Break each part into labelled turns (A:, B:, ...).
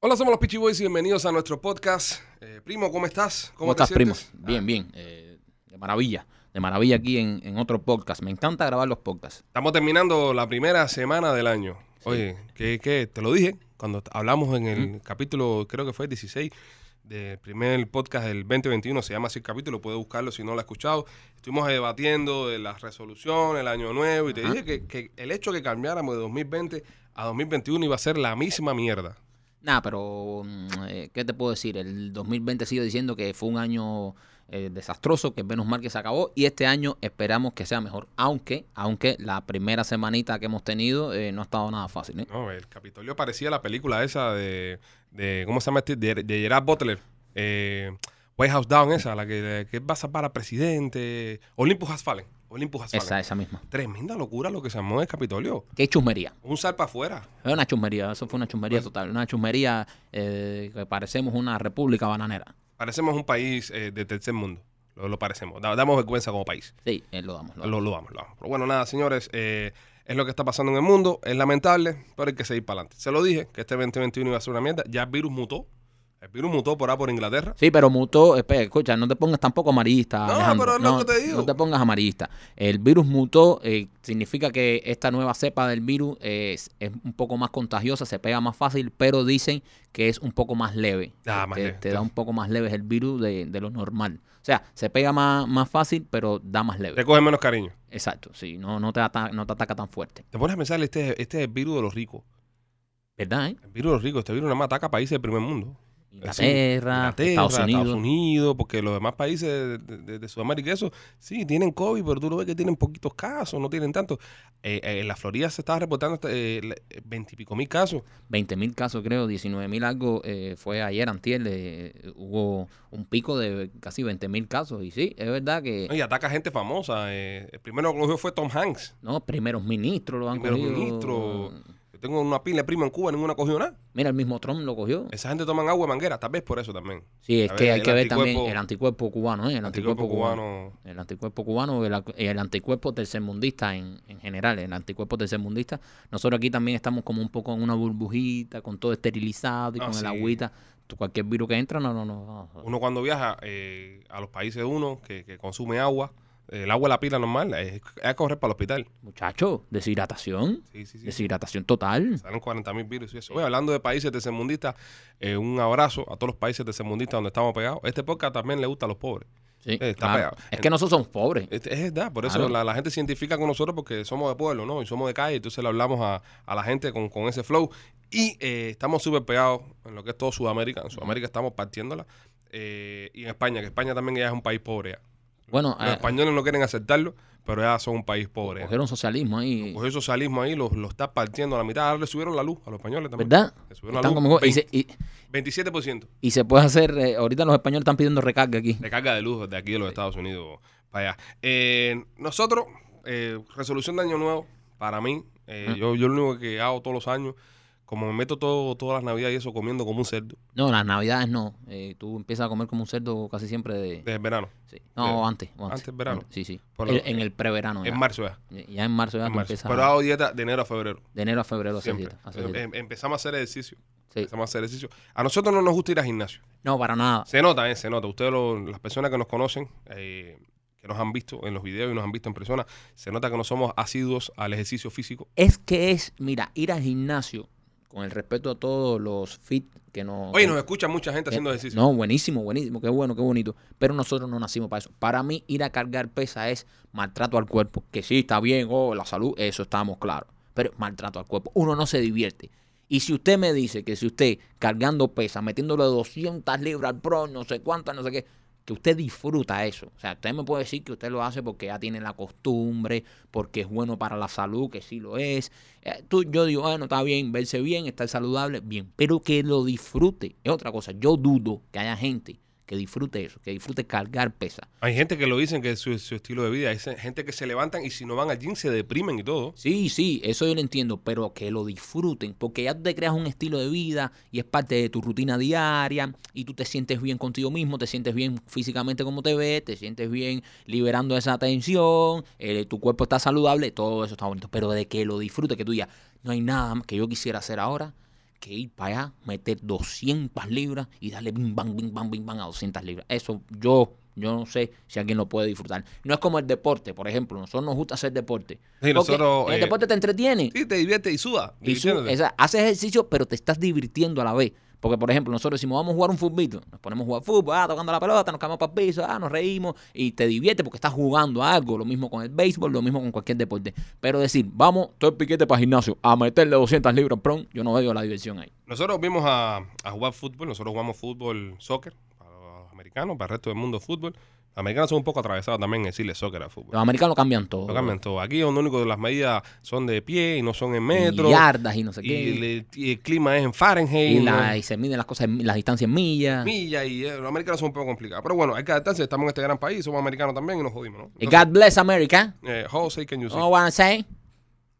A: Hola, somos los Peachy Boys y bienvenidos a nuestro podcast. Eh, primo, ¿cómo estás?
B: ¿Cómo, estás, primo?
A: sientes? Ah.
B: Bien, bien. eh, de maravilla. De maravilla aquí en, en otro podcast. Me encanta grabar los podcasts.
A: Estamos terminando la primera semana del año. Oye, que, que te lo dije cuando t- hablamos en el capítulo, creo que fue el 16, del primer podcast del 2021, se llama así el capítulo, puedes buscarlo si no lo has escuchado. Estuvimos debatiendo de las resoluciones, el año nuevo, y te
B: Ajá.
A: dije que, que el hecho de que cambiáramos de 2020 a 2021 iba a ser la misma mierda.
B: Nada, pero mm, eh, ¿qué te puedo decir? El 2020 sigo diciendo que fue un año eh, desastroso, que menos mal que se acabó y este año esperamos que sea mejor, aunque aunque la primera semanita que hemos tenido eh, no ha estado nada fácil. ¿eh?
A: No, el Capitolio parecía la película esa de, de ¿cómo se llama este? De, de Gerard Butler. Eh, White House Down, esa, la que, que va a salvar al presidente. Olympus Has Fallen. Olympus Has Fallen.
B: Esa, esa misma.
A: Tremenda locura lo que se armó en el Capitolio.
B: Qué chusmería.
A: Un sal para afuera.
B: Es una chusmería, eso fue una chusmería total, una chusmería eh, que parecemos una república bananera.
A: Parecemos un país eh, de tercer mundo. Lo, lo parecemos. Da- damos vergüenza como país.
B: Sí, eh, lo damos. Lo damos.
A: Lo, lo damos, lo damos. Pero bueno, nada, señores. eh, es lo que está pasando en el mundo. Es lamentable, pero hay que seguir para adelante. Se lo dije, que este 2021 iba a ser una mierda. Ya el virus mutó. El virus mutó por ahí por Inglaterra.
B: Sí, pero mutó, espera, escucha, no te pongas tampoco amarillista.
A: No,
B: Alejandro.
A: pero es lo
B: no,
A: que te digo.
B: No te pongas amarillista. El virus mutó, eh, significa que esta nueva cepa del virus eh, es, es un poco más contagiosa, se pega más fácil, pero dicen que es un poco más leve.
A: Ah,
B: Eh,
A: más
B: te,
A: leve.
B: te da un poco más leve el virus de, de lo normal. O sea, se pega más, más fácil, pero da más leve.
A: Te coge menos cariño.
B: Exacto, sí, no, no, te ata- no te ataca tan fuerte.
A: Te pones a pensar, este, este es el virus de los ricos.
B: ¿Verdad, eh?
A: El virus de los ricos, este virus nada más ataca países del primer mundo. Sí.
B: Inglaterra, Ah, Estados Unidos.
A: porque los demás países de, de- de Sudamérica, y eso, sí, tienen COVID, pero tú lo ves que tienen poquitos casos, no tienen tantos. Eh, eh, en la Florida se estaba reportando hasta eh, veintipico mil casos.
B: 20 mil casos, creo, 19 mil algo eh, fue ayer, antier, de- hubo un pico de casi 20 mil casos. Y sí, es verdad que
A: ¿no? Y ataca gente famosa. eh, el primero que lo cogió fue Tom Hanks.
B: no primeros ministros lo han
A: Primeros
B: cogido.
A: ministros. Yo tengo una pila de prima en Cuba, ninguna cogió nada.
B: Mira, el mismo Trump lo cogió.
A: Esa gente toman agua de manguera, tal vez por eso también.
B: Sí, es
A: A
B: que
A: ver,
B: hay
A: el
B: que ver también
A: anticuerpo-
B: el anticuerpo cubano, ¿eh? El anticuerpo, cubano. El anticuerpo cubano, el, ac- el anticuerpo tercermundista en, en general, el anticuerpo tercermundista. Nosotros aquí también estamos como un poco en una burbujita, con todo esterilizado y
A: Ah,
B: con
A: sí.
B: el agüita. Tú, Cualquier virus que entra, no, no, no. no.
A: Uno cuando viaja eh, a los países de uno que, que consume agua, eh, el agua de la pila normal es, es correr para el hospital.
B: Muchacho, deshidratación.
A: Sí, sí, sí.
B: Deshidratación total.
A: Salen 40 mil virus y eso. Oye, hablando de países tercermundistas, eh, un abrazo a todos los países tercermundistas donde estamos pegados. Este podcast también le gusta a los pobres.
B: Sí,
A: Eh, está
B: claro.
A: pegado.
B: Es que nosotros somos pobres.
A: Este- es verdad, por eso
B: Claro.
A: la, la gente se identifica con nosotros porque somos de pueblo, ¿no? Y somos de calle, entonces le hablamos a, a la gente con, con ese flow. Y eh, estamos súper pegados en lo que es todo Sudamérica. En Sudamérica estamos partiéndola. Eh, y en España, que España también ya es un país pobre. ya.
B: Bueno,
A: Los
B: eh,
A: españoles no eh. quieren aceptarlo, pero ya son un país pobre. ya.
B: cogieron socialismo ahí.
A: Cogió el socialismo ahí, los lo está partiendo a la mitad. Ahora le subieron la luz a los españoles también.
B: ¿Verdad?
A: Le subieron la
B: Están
A: luz.
B: como- y,
A: vein-
B: se, y-
A: 27%
B: y se puede hacer. eh, ahorita los españoles están pidiendo recarga aquí.
A: de carga de luz de aquí de los Estados Unidos para allá. Eh, nosotros, eh, resolución de año nuevo, para mí, eh,
B: Ujú.
A: yo, yo lo único que hago todos los años, como me meto todo, todas las navidades y eso comiendo como un cerdo
B: No, las navidades no. Eh, tú empiezas a comer como un cerdo casi siempre de.
A: desde el verano,
B: sí. No, antes, o antes.
A: antes del verano.
B: Sí, sí.
A: Por lo-
B: El- en el preverano.
A: en
B: Ah, ya.
A: marzo ya.
B: Ya en marzo ya
A: en
B: tú
A: marzo.
B: empiezas.
A: Pero hago dieta de enero a febrero.
B: de enero a febrero haces
A: Siempre.
B: dieta, haces dieta.
A: Em- empezamos a hacer ejercicio.
B: Sí.
A: Empezamos a hacer ejercicio. A nosotros no nos gusta ir al gimnasio.
B: No, para nada.
A: Se nota, ¿eh? se nota. Ustedes, lo- las personas que nos conocen, eh, que nos han visto en los videos y nos han visto en persona, se nota que no somos asiduos al ejercicio físico.
B: Es que es, mira, ir al gimnasio, con el respeto a todos los fit que nos.
A: Oye,
B: que-
A: nos escucha mucha gente haciendo ejercicio.
B: Eh, No, buenísimo, buenísimo, qué bueno, qué bonito. Pero nosotros no nacimos para eso. Para mí, ir a cargar pesa es maltrato al cuerpo. Que sí, está bien, oh, la salud, eso estamos claros. Pero es maltrato al cuerpo. Uno no se divierte. Y si usted me dice que si usted cargando pesa, metiéndole 200 libras al pro, no sé cuántas, no sé qué, que usted disfruta eso. O sea, usted me puede decir que usted lo hace porque ya tiene la costumbre, porque es bueno para la salud, que sí lo es. Eh, tú, yo digo, bueno, está bien, verse bien, estar saludable, bien, pero que lo disfrute. Es otra cosa. Yo dudo que haya gente que disfrute eso, que disfrute cargar pesa.
A: Hay gente que lo dicen que es su, su estilo de vida. Hay se- gente que se levantan y si no van al gym se deprimen y todo.
B: Sí, sí, eso yo lo entiendo, pero que lo disfruten, porque ya tú te creas un estilo de vida y es parte de tu rutina diaria y tú te sientes bien contigo mismo, te sientes bien físicamente como te ves, te sientes bien liberando esa tensión, eh, tu cuerpo está saludable, todo eso está bonito, pero de que lo disfrutes, que tú digas, no hay nada más que yo quisiera hacer ahora que ir para allá, meter 200 libras y darle bim, bam, bim, bam, bim, bam a 200 libras. Eso yo, yo no sé si alguien lo puede disfrutar. No es como el deporte, por ejemplo. Nosotros nos gusta hacer deporte.
A: Sí,
B: Porque
A: nosotros,
B: el
A: eh,
B: deporte te entretiene.
A: Sí, te diviertes y suda.
B: Y su-
A: divirtiéndote.
B: esa- haces ejercicio, pero te estás divirtiendo a la vez. Porque, por ejemplo, nosotros decimos, vamos a jugar un futbito. Nos ponemos a jugar fútbol, ah, tocando la pelota, nos caemos para el piso, ah, nos reímos y te divierte porque estás jugando a algo. Lo mismo con el béisbol, lo mismo con cualquier deporte. Pero decir, vamos, todo el piquete para gimnasio, a meterle 200 libras, pron, yo no veo la diversión ahí.
A: Nosotros vimos a, a jugar fútbol, nosotros jugamos fútbol, soccer, para los americanos, para el resto del mundo fútbol. Los americanos son un poco atravesados también en decirle soccer al fútbol.
B: Los americanos cambian todo.
A: Lo cambian todo. Aquí lo único de las medidas son de pie y no son en metro.
B: Y yardas y no sé qué.
A: Y,
B: Y,
A: le- y el clima es en Fahrenheit. ¿no?
B: la- y se miden las cosas, en- las distancias en millas.
A: Milla y eh, los americanos son un poco complicados. Pero bueno, hay que adaptarse. Estamos en este gran país, somos americanos también y nos jodimos, ¿no?
B: Eh, God bless America.
A: eh, how say can you say?
B: Oh, what I'm saying.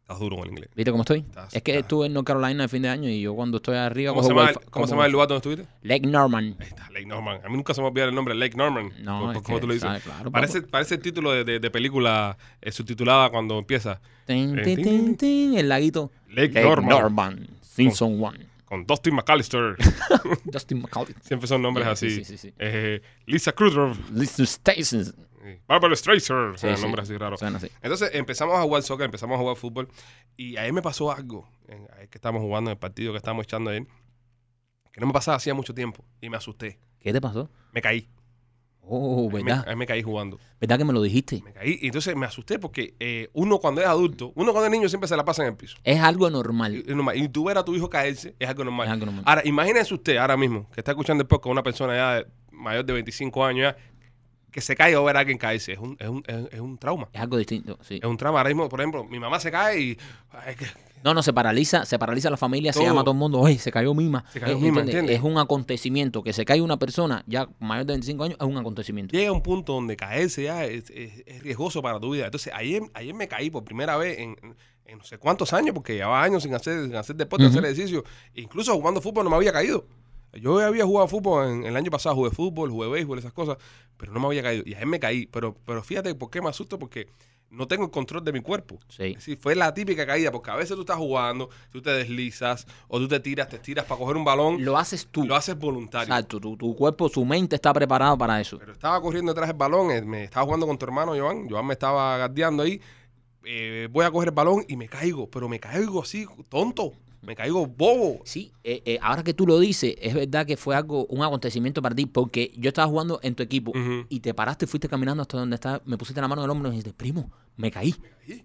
A: Estás duro con el inglés.
B: ¿Viste cómo estoy?
A: Estás-
B: es que
A: estás-
B: estuve en North Carolina el fin de año y yo cuando estoy arriba...
A: ¿Cómo
B: cojo
A: se, llama el,
B: wifi-
A: ¿Cómo
B: cojo
A: se llama el lugar donde estuviste?
B: Lake Norman.
A: Ahí está, Lake Norman. A mí nunca se me va a olvidar el nombre, Lake Norman.
B: No,
A: Por- por
B: es
A: cómo
B: que,
A: tú lo dices.
B: ¿sabes? Claro,
A: parece, parece el título de, de- de película eh, subtitulada cuando empieza.
B: Tin,
A: Eh, tin,
B: tin, tin,
A: tin.
B: tin, el laguito.
A: Lake, Norman,
B: Simpson One.
A: Con Dustin McAllister.
B: Justin McCauley.
A: Siempre son nombres
B: Sí,
A: así.
B: sí, sí, sí.
A: Eh, Lisa Kudrow.
B: Listen Station.
A: eh, Barbara Streisand. o sea,
B: Sí, sí.
A: nombres así raros.
B: Suena así.
A: Entonces empezamos a jugar soccer, empezamos a jugar fútbol y ahí me pasó algo, en- ahí que estábamos jugando en el partido que estábamos echando ahí, que no me pasaba hacía mucho tiempo y me asusté,
B: ¿Qué te pasó?
A: me caí,
B: Oh,
A: ahí me,
B: ¿verdad?
A: ahí me caí jugando,
B: ¿Verdad que me lo dijiste?
A: me caí y entonces me asusté porque eh, uno cuando es adulto, uno cuando es niño siempre se la pasa en el piso.
B: Es algo normal.
A: Y, y normal. Y tú ver a tu hijo caerse es algo normal.
B: Es algo normal.
A: Ahora, imagínense usted ahora mismo que está escuchando el podcast, una persona ya de- mayor de 25 años ya, que se caiga o ver a alguien caerse, es un- es un- es- es un trauma.
B: Es algo distinto, sí.
A: Es un trauma. Ahora mismo, por ejemplo, mi mamá se cae y ay, que-
B: No, no, se paraliza, se paraliza la familia, se
A: Todo.
B: llama a todo el mundo, ¡ay, se cayó Mima!
A: Se cayó
B: Eh,
A: Mima, ¿entiendes?
B: Es un acontecimiento, que se cae una persona ya mayor de 25 años, es un acontecimiento.
A: llega un punto donde caerse ya es, es- es riesgoso para tu vida. Entonces, ayer, ayer me caí por primera vez en, en no sé cuántos años, porque llevaba años sin hacer, sin hacer deporte,
B: Ujú.
A: hacer ejercicio. Incluso jugando fútbol no me había caído. Yo había jugado fútbol en, el año pasado, jugué fútbol, jugué béisbol, esas cosas, pero no me había caído. Y ayer me caí. Pero, pero fíjate por qué me asusto, porque no tengo el control de mi cuerpo.
B: Sí.
A: Es decir, fue la típica caída, porque a veces tú estás jugando, tú te deslizas, o tú te tiras, te estiras para coger un balón, lo,
B: Lo haces tú.
A: haces voluntario.
B: Exacto, tu, tu cuerpo, su mente está preparado para eso.
A: Pero estaba corriendo detrás del balón, eh, me estaba jugando con tu hermano Joan, Joan me estaba gardeando ahí, eh, voy a coger el balón y me caigo, pero me caigo así, tonto, me caigo bobo.
B: Sí, eh, eh, ahora que tú lo dices, es verdad que fue algo, un acontecimiento para ti, porque yo estaba jugando en tu equipo
A: Ujú.
B: y te paraste, fuiste caminando hasta donde estaba, me pusiste la mano en el hombro y me dijiste, primo, me caí.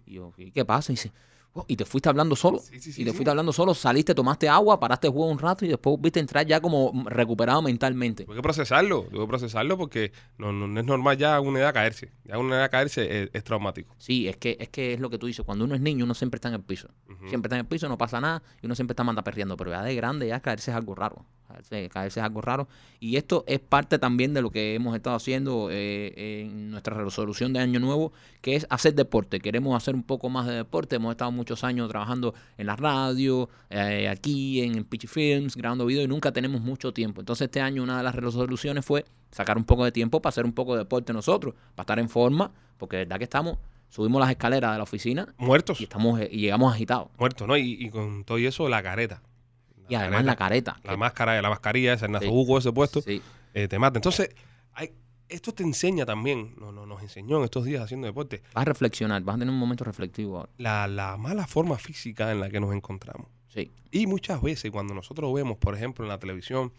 B: Y yo, "¿Y ¿qué pasa? Y dice, "Oh", y te fuiste hablando solo.
A: Sí, sí, sí,
B: y te
A: sí.
B: fuiste hablando solo, saliste, tomaste agua, paraste el juego un rato y después viste entrar ya como recuperado mentalmente.
A: Tuve que procesarlo, tuve que procesarlo porque no, no, no es normal ya a una edad caerse, ya a una edad caerse es, es traumático.
B: Sí, es que, es que es lo que tú dices. Cuando uno es niño, uno siempre está en el piso.
A: Ujú.
B: Siempre está en el piso, no pasa nada y uno siempre está mandaperreando. Pero ya de grande, ya caerse es algo raro. Caerse, caerse es algo raro. Y esto es parte también de lo que hemos estado haciendo eh, en nuestra resolución de Año Nuevo, que es hacer deporte. Queremos hacer un poco más de deporte. Hemos estado muchos años trabajando en la radio, eh, aquí en Pitchy Films, grabando videos y nunca tenemos mucho tiempo. Entonces, este año una de las resoluciones fue sacar un poco de tiempo para hacer un poco de deporte nosotros, para estar en forma, porque de verdad que estamos. Subimos las escaleras de la oficina y
A: Muertos,
B: estamos eh, y llegamos agitados.
A: muertos, ¿no? Y, y con todo y eso, la careta.
B: Y además la careta.
A: La máscara, la mascarilla esa, el
B: Sí.
A: nasobuco ese puesto.
B: Sí.
A: eh, te mata. Entonces, hay- esto te enseña también, no, no, nos enseñó en estos días haciendo deporte,
B: Vas a reflexionar, vas a tener un momento reflectivo ahora.
A: la, la mala forma física en la que nos encontramos.
B: Sí.
A: Y muchas veces cuando nosotros vemos, por ejemplo, en la televisión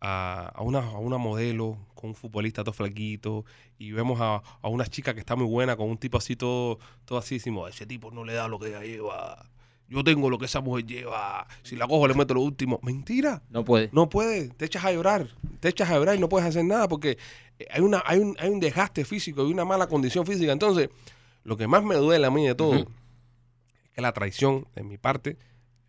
A: a, a una, a una modelo con un futbolista todo flaquito y vemos a, a una chica que está muy buena con un tipo así todo, todo así, decimos, ese tipo no le da lo que ella lleva. Yo tengo lo que esa mujer lleva. Si la cojo le meto lo último. Mentira.
B: No puede.
A: No puedes, te echas a llorar, te echas a llorar y no puedes hacer nada porque eh, hay, una, hay, un, hay un desgaste físico y una mala condición física. Entonces, lo que más me duele a mí de todo
B: Ujú.
A: es que la traición de mi parte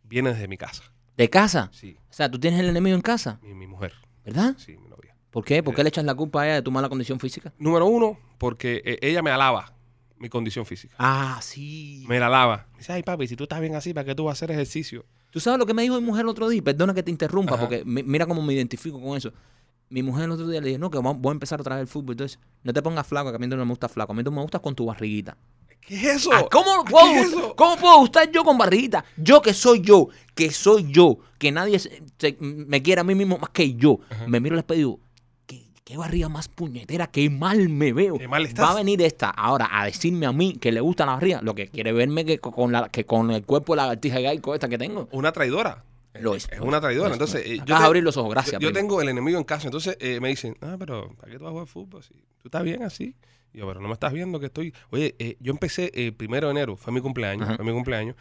A: viene desde mi casa.
B: ¿De casa?
A: Sí,
B: O sea, tú tienes el enemigo en casa,
A: mi, mi mujer,
B: ¿verdad?
A: sí, mi novia.
B: ¿Por qué? ¿Por qué le echas la culpa a ella de tu mala condición física?
A: Número uno, porque eh, ella me alaba mi condición física.
B: Ah, sí.
A: Me la alaba. Me dice, ay papi, si tú estás bien así, ¿para qué tú vas a hacer ejercicio?
B: Tú sabes lo que me dijo mi mujer el otro día, perdona que te interrumpa,
A: Ajá.
B: porque mi- mira cómo me identifico con eso. Mi mujer el otro día le dije, no, que va- voy a empezar otra vez el fútbol. Entonces, no te pongas flaco, que a mí no me gusta flaco. A mí no me gusta con tu barriguita.
A: ¿Qué es eso?
B: Ah, ¿Cómo,
A: ¿Qué
B: puedo,
A: es
B: gust-
A: eso?
B: ¿Cómo puedo gustar yo con barriguita? Yo que soy yo, que soy yo, que nadie se- se- me quiera a mí mismo más que yo. Me miro al espejo y digo, ¿qué, qué barriga más puñetera, qué mal me veo.
A: Qué mal
B: Va a
A: estás.
B: venir esta ahora a decirme a mí que le gusta la barriga, lo que quiere verme que co- con, la, que con el cuerpo de la lagartija gaico esta que tengo.
A: Una traidora.
B: Lo es.
A: Es una traidora.
B: Lo es,
A: Entonces,
B: lo
A: eh,
B: es.
A: yo
B: Acabas de
A: te-
B: abrir los ojos, gracias.
A: Yo, yo
B: primo.
A: tengo el enemigo en casa, entonces eh, me dicen, ah, pero ¿para qué tú vas a jugar fútbol? Si tú estás bien así. Y yo, pero no me estás viendo que estoy. Oye, eh, yo empecé eh, primero de enero, fue mi cumpleaños,
B: Ajá.
A: fue mi cumpleaños.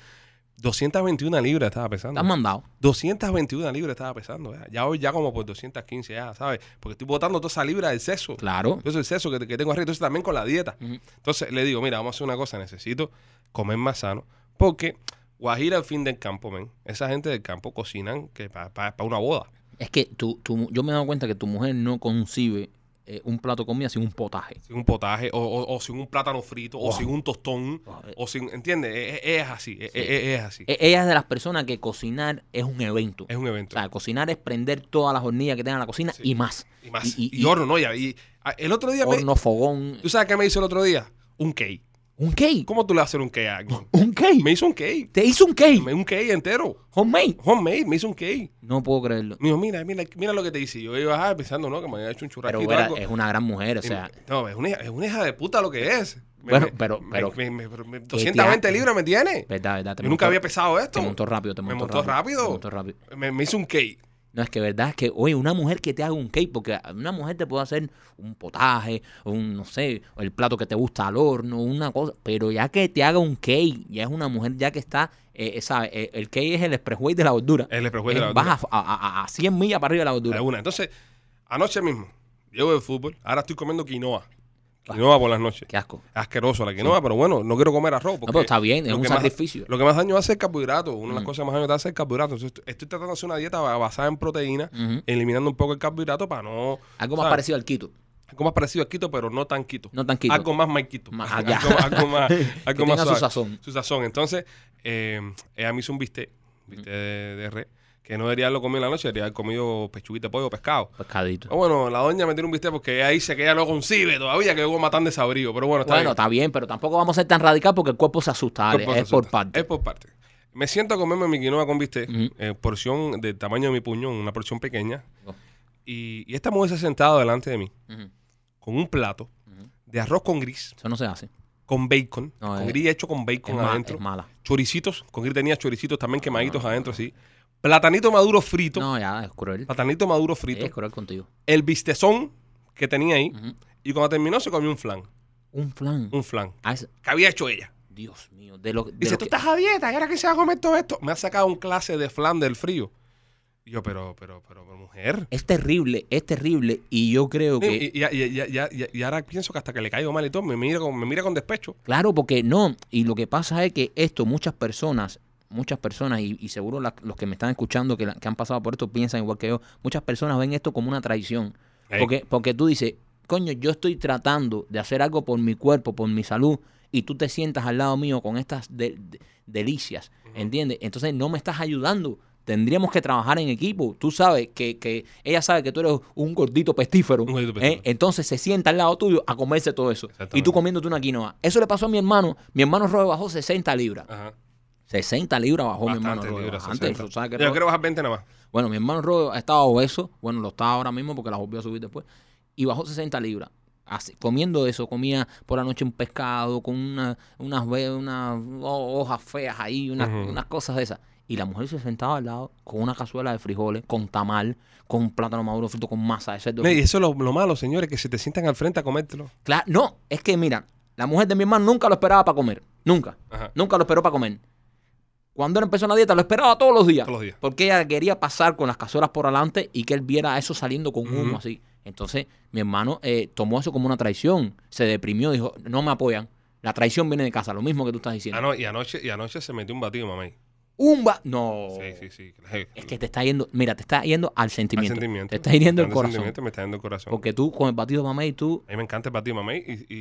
A: 221 libras estaba pesando.
B: Estás mandado.
A: 221 libras estaba pesando. Ya, Ya hoy ya como por 215, ya, ¿sabes? Porque estoy botando toda esa libra del sexo.
B: Claro.
A: Entonces el sexo que, que tengo arriba, entonces también con la dieta.
B: Ujú.
A: Entonces le digo, mira, vamos a hacer una cosa, necesito comer más sano, porque Guajira al fin del campo, men, esa gente del campo cocinan que para una boda.
B: Es que tú, tú- yo me he dado cuenta que tu mujer no concibe eh, un plato de comida sin un potaje.
A: sin un potaje, o, o- o sin un plátano frito, o
B: Oh.
A: sin un tostón,
B: Oh, eh.
A: o sin, ¿entiendes? Es, es- es así, es,
B: Sí.
A: es- es así.
B: E- Ella es de las personas que cocinar es un evento.
A: es un
B: O
A: evento.
B: sea, cocinar es prender todas las hornillas que tenga en la cocina
A: Sí.
B: y más.
A: y más.
B: y-
A: Y,
B: y-
A: horno, ¿no? Y, y- a- el otro día, me-
B: Horno, fogón.
A: ¿tú sabes qué me hizo el otro día? Un cake.
B: ¿Un cake?
A: ¿Cómo tú le haces un cake a alguien?
B: ¿Un cake?
A: Me hizo un cake.
B: ¿Te hizo un cake?
A: Me- Un cake entero.
B: ¿Homemade?
A: Homemade, me hizo un cake.
B: No puedo creerlo.
A: Me dijo, mira, mira, mira lo que te hice. Yo iba ah, pensando, ¿no? Que me había hecho un
B: Pero
A: churrasquito o
B: Vera
A: algo.
B: es una gran mujer, o
A: Y
B: sea...
A: me- No, es una, hija- es una hija de puta lo que es. Me-
B: Bueno,
A: me-
B: pero-
A: me-
B: pero-
A: me- me- pero me- 220
B: te ha-
A: libras me tiene.
B: Verdad, verdad. te
A: Yo nunca
B: montó-
A: había pesado esto.
B: Te montó rápido, te
A: Me
B: montó,
A: montó rápido.
B: Te montó rápido.
A: Me, me hizo un cake.
B: No, es que verdad, es que, oye, una mujer que te haga un cake, porque una mujer te puede hacer un potaje, un, no sé, el plato que te gusta al horno, una cosa, pero ya que te haga un cake, ya es una mujer ya que está, eh, eh, ¿sabes? Eh, El cake es el expressway de la gordura.
A: El expressway de
B: Es-
A: la gordura.
B: Vas a, a- a- a 100 millas para arriba de la
A: De
B: gordura.
A: una. Entonces, anoche mismo, llevo el fútbol, ahora estoy comiendo quinoa. Quinoa por las noches.
B: Qué asco.
A: Asqueroso la quinoa, pero bueno, no quiero comer arroz. Porque
B: pero está bien, es
A: lo
B: un
A: que más-
B: sacrificio.
A: lo que más daño hace es el carbohidrato. Una de las cosas más daño que te hace es el carbohidrato. Entonces, estoy- estoy tratando de hacer una dieta ba- basada en proteína,
B: Ujú.
A: eliminando un poco el carbohidrato para no.
B: Algo más
A: ¿sabes?
B: parecido al quito.
A: Algo más parecido a Quito, pero no tan Quito.
B: No tan quito.
A: Algo más Maikito.
B: Ma- ah,
A: algo,
B: ya.
A: algo más.
B: Que
A: Algo más
B: tenga su
A: suave.
B: sazón.
A: Su sazón. Entonces, eh, ella me hizo un bistec, bistec de, de res, que no debería haberlo comido en la noche, debería haber comido pechuguita de pollo o pescado.
B: Pescadito.
A: Ah, bueno, la doña me tiene un bistec porque ella dice que ella no concibe todavía, que luego matan desabrido. Pero bueno, está
B: bueno,
A: bien.
B: está bien, pero tampoco vamos a ser tan radical porque el cuerpo se asusta, Ale,
A: Cuerpo
B: es
A: se
B: por
A: asusta.
B: parte.
A: Es por parte. Me siento a comerme mi quinoa con bistec,
B: Ujú.
A: eh, porción del tamaño de mi puño, una porción pequeña.
B: Oh.
A: Y, y esta mujer se ha sentado delante de mí
B: Ujú.
A: con un plato de arroz con gris,
B: Eso no se hace.
A: con bacon,
B: No,
A: con
B: eh,
A: gris hecho con
B: Es,
A: bacon
B: ma-
A: adentro.
B: es mala.
A: choricitos, con gris tenía choricitos también quemaditos adentro así. Platanito maduro frito.
B: No, ya, es cruel.
A: Platanito maduro frito.
B: Es cruel contigo.
A: El bistezón que tenía ahí.
B: Ujú.
A: Y cuando terminó se comió un flan.
B: Un flan.
A: Un flan.
B: Ah, es-
A: Que había hecho ella.
B: Dios mío. De lo, de
A: Mm. Dice,
B: lo
A: tú
B: que-
A: estás a dieta, ¿y ahora que se va a comer todo esto? Me ha sacado un clase de flan del frío. Y yo, pero, pero, pero, pero, mujer.
B: Es terrible, es terrible. Y yo creo que.
A: Y, y- y- y- y- y- y ahora pienso que hasta que le caigo mal y todo, me mira con, me mira con despecho.
B: Claro, porque no. Y lo que pasa es que esto, muchas personas, muchas personas, y, y seguro la- los que me están escuchando que, la- que han pasado por esto piensan igual que yo, muchas personas ven esto como una traición.
A: Ey.
B: Porque, porque tú dices, coño, yo estoy tratando de hacer algo por mi cuerpo, por mi salud, y tú te sientas al lado mío con estas de- de- delicias, ¿entiendes? Entonces no me estás ayudando. Tendríamos que trabajar en equipo. Tú sabes que, que ella sabe que tú eres un gordito pestífero.
A: Un gordito
B: ¿eh?
A: pestífero.
B: Entonces se sienta al lado tuyo a comerse todo eso.
A: Exactamente.
B: Y tú comiéndote una quinoa. Eso le pasó a mi hermano. Mi hermano Robe bajó 60 libras.
A: Ajá.
B: 60 libras bajó mi hermano
A: Bastante
B: Robe.
A: libras,
B: Antes,
A: 60.
B: tú sabes que
A: Yo
B: Robe-
A: quiero bajar 20 nada más.
B: bueno, mi hermano Rodo estaba obeso, bueno, lo está ahora mismo porque la volvió a subir después, y bajó 60 libras. Así, comiendo eso, comía por la noche un pescado con una- unas ve- unas ho- hojas feas ahí, unas,
A: Ujú.
B: unas cosas de esas. Y la mujer se sentaba al lado con una cazuela de frijoles, con tamal, con plátano maduro frito, con masa de cerdo.
A: No, Y eso es lo, lo malo, señores, que se te sientan al frente a comértelo.
B: Cla- no, es que mira, la mujer de mi hermano nunca lo esperaba para comer. Nunca.
A: Ajá.
B: Nunca lo esperó para comer. Cuando él empezó la dieta, lo esperaba todos los días.
A: Todos los días.
B: Porque ella quería pasar con las cazuelas por adelante y que él viera eso saliendo con humo
A: Ujú.
B: así. Entonces, mi hermano eh, tomó eso como una traición. Se deprimió, dijo, no me apoyan. La traición viene de casa, lo mismo que tú estás diciendo.
A: Ah, no, y anoche, y anoche se metió un batido, mamá.
B: Un ba- No.
A: Sí, sí, sí. Al
B: Oh. Es que te está yendo, mira, te está yendo al sentimiento.
A: sentimiento.
B: Te está hiriendo el
A: Al
B: corazón.
A: sentimiento me está yendo el corazón.
B: Porque tú con el batido mamá y tú
A: A mí me encanta el batido mamey. Y, y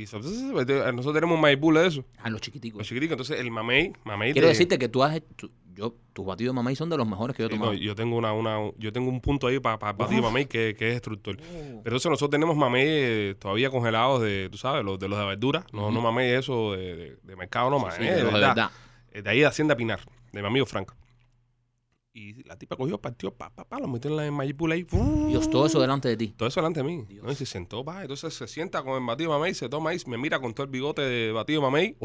A: nosotros tenemos un maibula de eso,
B: a los chiquiticos.
A: los chiquiticos. Entonces el mamey, mamey
B: Quiero
A: de-
B: decirte que tú has hecho- yo, tus batidos de mamey son de los mejores que yo he
A: Sí, no,
B: tomado.
A: yo tengo una, una- yo tengo un punto ahí para batir mamey que, que es destructor.
B: Oh.
A: Pero eso nosotros tenemos mamey eh, todavía congelados de, tú sabes, los de los de verdura. No, no mamey eso de, de- de mercado, no mamey.
B: Sí,
A: eh,
B: de los de verdad.
A: Eh, de ahí de Hacienda Pinar, de mi amigo Frank. Y la tipa cogió, partió, pa, pa, pa, lo metió en la mayipula ahí. ¡fuu!
B: Dios, todo eso delante de ti.
A: Todo eso delante de mí.
B: Dios.
A: ¿no? Y se sentó, pa. Entonces se sienta con el batido mamey, se toma ahí, me mira con todo el bigote de batido mamey.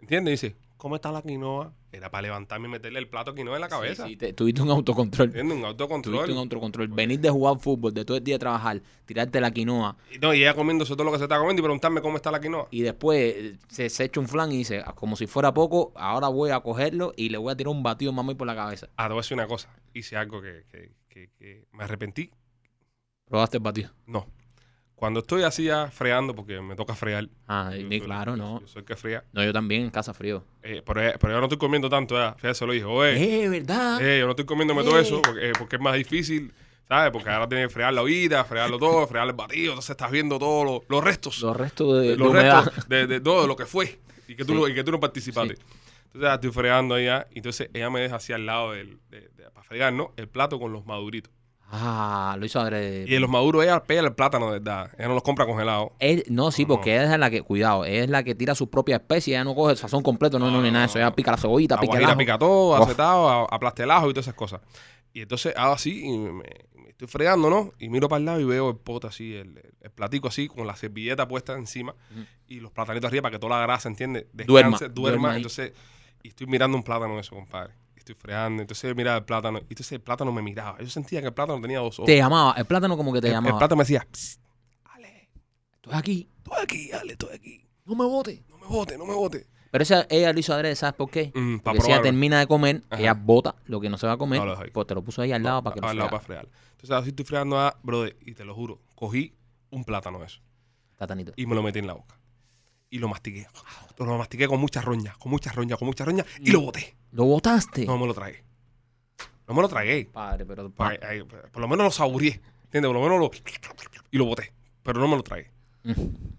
A: ¿Entiendes? Y dice, ¿cómo está la quinoa? Era para levantarme y meterle el plato de quinoa en la cabeza. Pues,
B: Sí, sí, te- tuviste un autocontrol.
A: ¿Entiendes? Un
B: Tuviste
A: autocontrol.
B: un autocontrol. Venir de jugar fútbol, de todo el día trabajar, tirarte la quinoa
A: Y No, y ella comiéndose todo lo que se está comiendo y preguntarme cómo está la quinoa.
B: y después eh, se, se echa un flan y dice, "Ah, como si fuera poco, ahora voy a cogerlo y le voy a tirar un batido mami por la cabeza.
A: Ah, te voy a decir una cosa. Hice algo que, que- que- que me arrepentí.
B: Probaste el batido.
A: No. Cuando estoy así ya freando, porque me toca frear.
B: Ah,
A: Yo
B: y
A: soy- yo-
B: claro, no.
A: Yo soy el que fría.
B: No, yo también en casa frío.
A: Eh, pero, eh, pero yo no estoy comiendo tanto, ya. Fíjate, se lo dije. Oye,
B: Eh, ¿verdad?
A: eh, yo no estoy comiéndome todo eso porque, eh, porque es más difícil, ¿sabes? Porque ahora tienes que frear la vida, frearlo todo, frear el batido. Entonces estás viendo todos los- los restos.
B: Los restos de, de
A: los
B: humedad.
A: restos de, de todo lo que fue y que tú,
B: Sí.
A: no- y que tú no participaste. Entonces ah, estoy fregando allá. Entonces ella me deja así al lado del, de- de- para fregar, ¿no? El plato con los maduritos.
B: Ah, lo hizo adrede.
A: Y en los maduros ella pega el plátano, de ¿verdad? Ella no los compra congelados.
B: Él- no, sí,
A: No,
B: porque
A: no.
B: ella es la que, cuidado, ella es la que tira su propia especie, ella no coge el sazón completo, no, no, ni nada de eso, ella pica la cebollita, pica el
A: Aguajira
B: ajo.
A: pica todo,
B: Uf.
A: acetado, a- aplaste el ajo y todas esas cosas. Y entonces hago así y me, me estoy fregando, ¿no? Y miro para el lado y veo el pote así, el, el platico así, con la servilleta puesta encima
B: Ujú.
A: y los platanitos arriba para que toda la grasa, ¿entiendes?
B: Duerma,
A: Descanse, duerma.
B: duerma ahí.
A: entonces, y estoy mirando un plátano eso, compadre. Y Estoy fregando, entonces mira el plátano. Y entonces el plátano me miraba. Yo sentía que el plátano tenía dos ojos.
B: Te llamaba, el plátano como que te
A: Oh. el, el
B: llamaba.
A: plátano me decía, "Psst, Ale,
B: Estoy aquí,
A: estoy aquí, Ale, estoy aquí.
B: no me bote.
A: No me bote, no me bote.
B: Pero esa, ella lo hizo adrede, ¿sabes por qué?
A: Mm, pa'
B: porque si ella
A: probarlo.
B: termina de comer,
A: Ajá.
B: ella bota lo que no se va a comer,
A: No lo deja ahí.
B: pues te lo puso ahí al lado para que
A: al
B: lo
A: lado
B: friara.
A: para fregar. Entonces así estoy fregando a, brother, y te lo juro, cogí un plátano de eso
B: Platanito.
A: y me lo metí en la boca. Y lo mastiqué. Lo mastiqué con muchas roñas, con muchas roñas, con muchas roñas y lo
B: Mm.
A: boté.
B: ¿Lo botaste?
A: No me lo tragué. No me lo tragué.
B: Padre, pero... pa-
A: Ay, ay, Por lo menos lo saboreé. ¿Entiendes? Por lo menos lo. Y lo boté. Pero no me lo tragué.
B: Mm.